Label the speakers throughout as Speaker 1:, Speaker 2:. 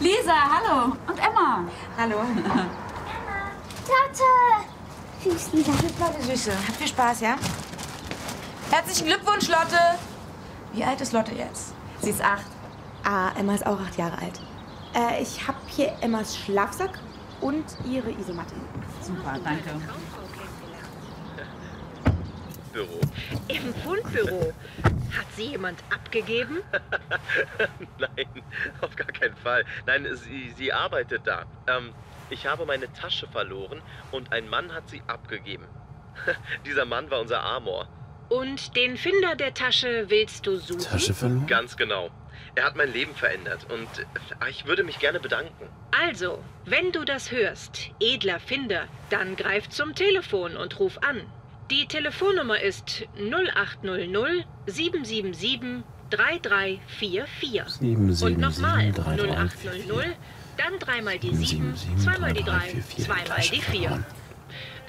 Speaker 1: Lisa, hallo. Und Emma.
Speaker 2: Hallo.
Speaker 3: Lotte! Vielen Dank.
Speaker 2: Meine Süße, habt viel Spaß, ja? Herzlichen Glückwunsch, Lotte. Wie alt ist Lotte jetzt?
Speaker 4: Sie ist acht. Ah, Emma ist auch acht Jahre alt. Äh, ich habe hier Emmas Schlafsack und ihre Isomatte.
Speaker 1: Super, danke.
Speaker 5: Büro.
Speaker 6: Im Fundbüro. Hat sie jemand abgegeben?
Speaker 5: Nein, auf gar keinen Fall. Nein, sie, sie arbeitet da. Ähm, ich habe meine Tasche verloren und ein Mann hat sie abgegeben. Dieser Mann war unser Amor.
Speaker 6: Und den Finder der Tasche willst du suchen?
Speaker 7: Tasche verloren?
Speaker 5: Ganz genau. Er hat mein Leben verändert und äh, ich würde mich gerne bedanken.
Speaker 6: Also, wenn du das hörst, edler Finder, dann greif zum Telefon und ruf an. Die Telefonnummer ist 0800 777 3344.
Speaker 7: 7, 7,
Speaker 6: Und nochmal
Speaker 7: 7, 3, 3,
Speaker 6: 0800, dann dreimal die 7,
Speaker 7: 7, 7,
Speaker 6: zweimal
Speaker 7: 3,
Speaker 6: die
Speaker 7: 3,
Speaker 6: 3,
Speaker 7: 4, 4.
Speaker 6: zweimal die 4.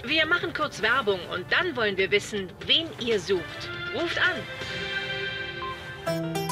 Speaker 6: Wir machen kurz Werbung und dann wollen wir wissen, wen ihr sucht. Ruft an.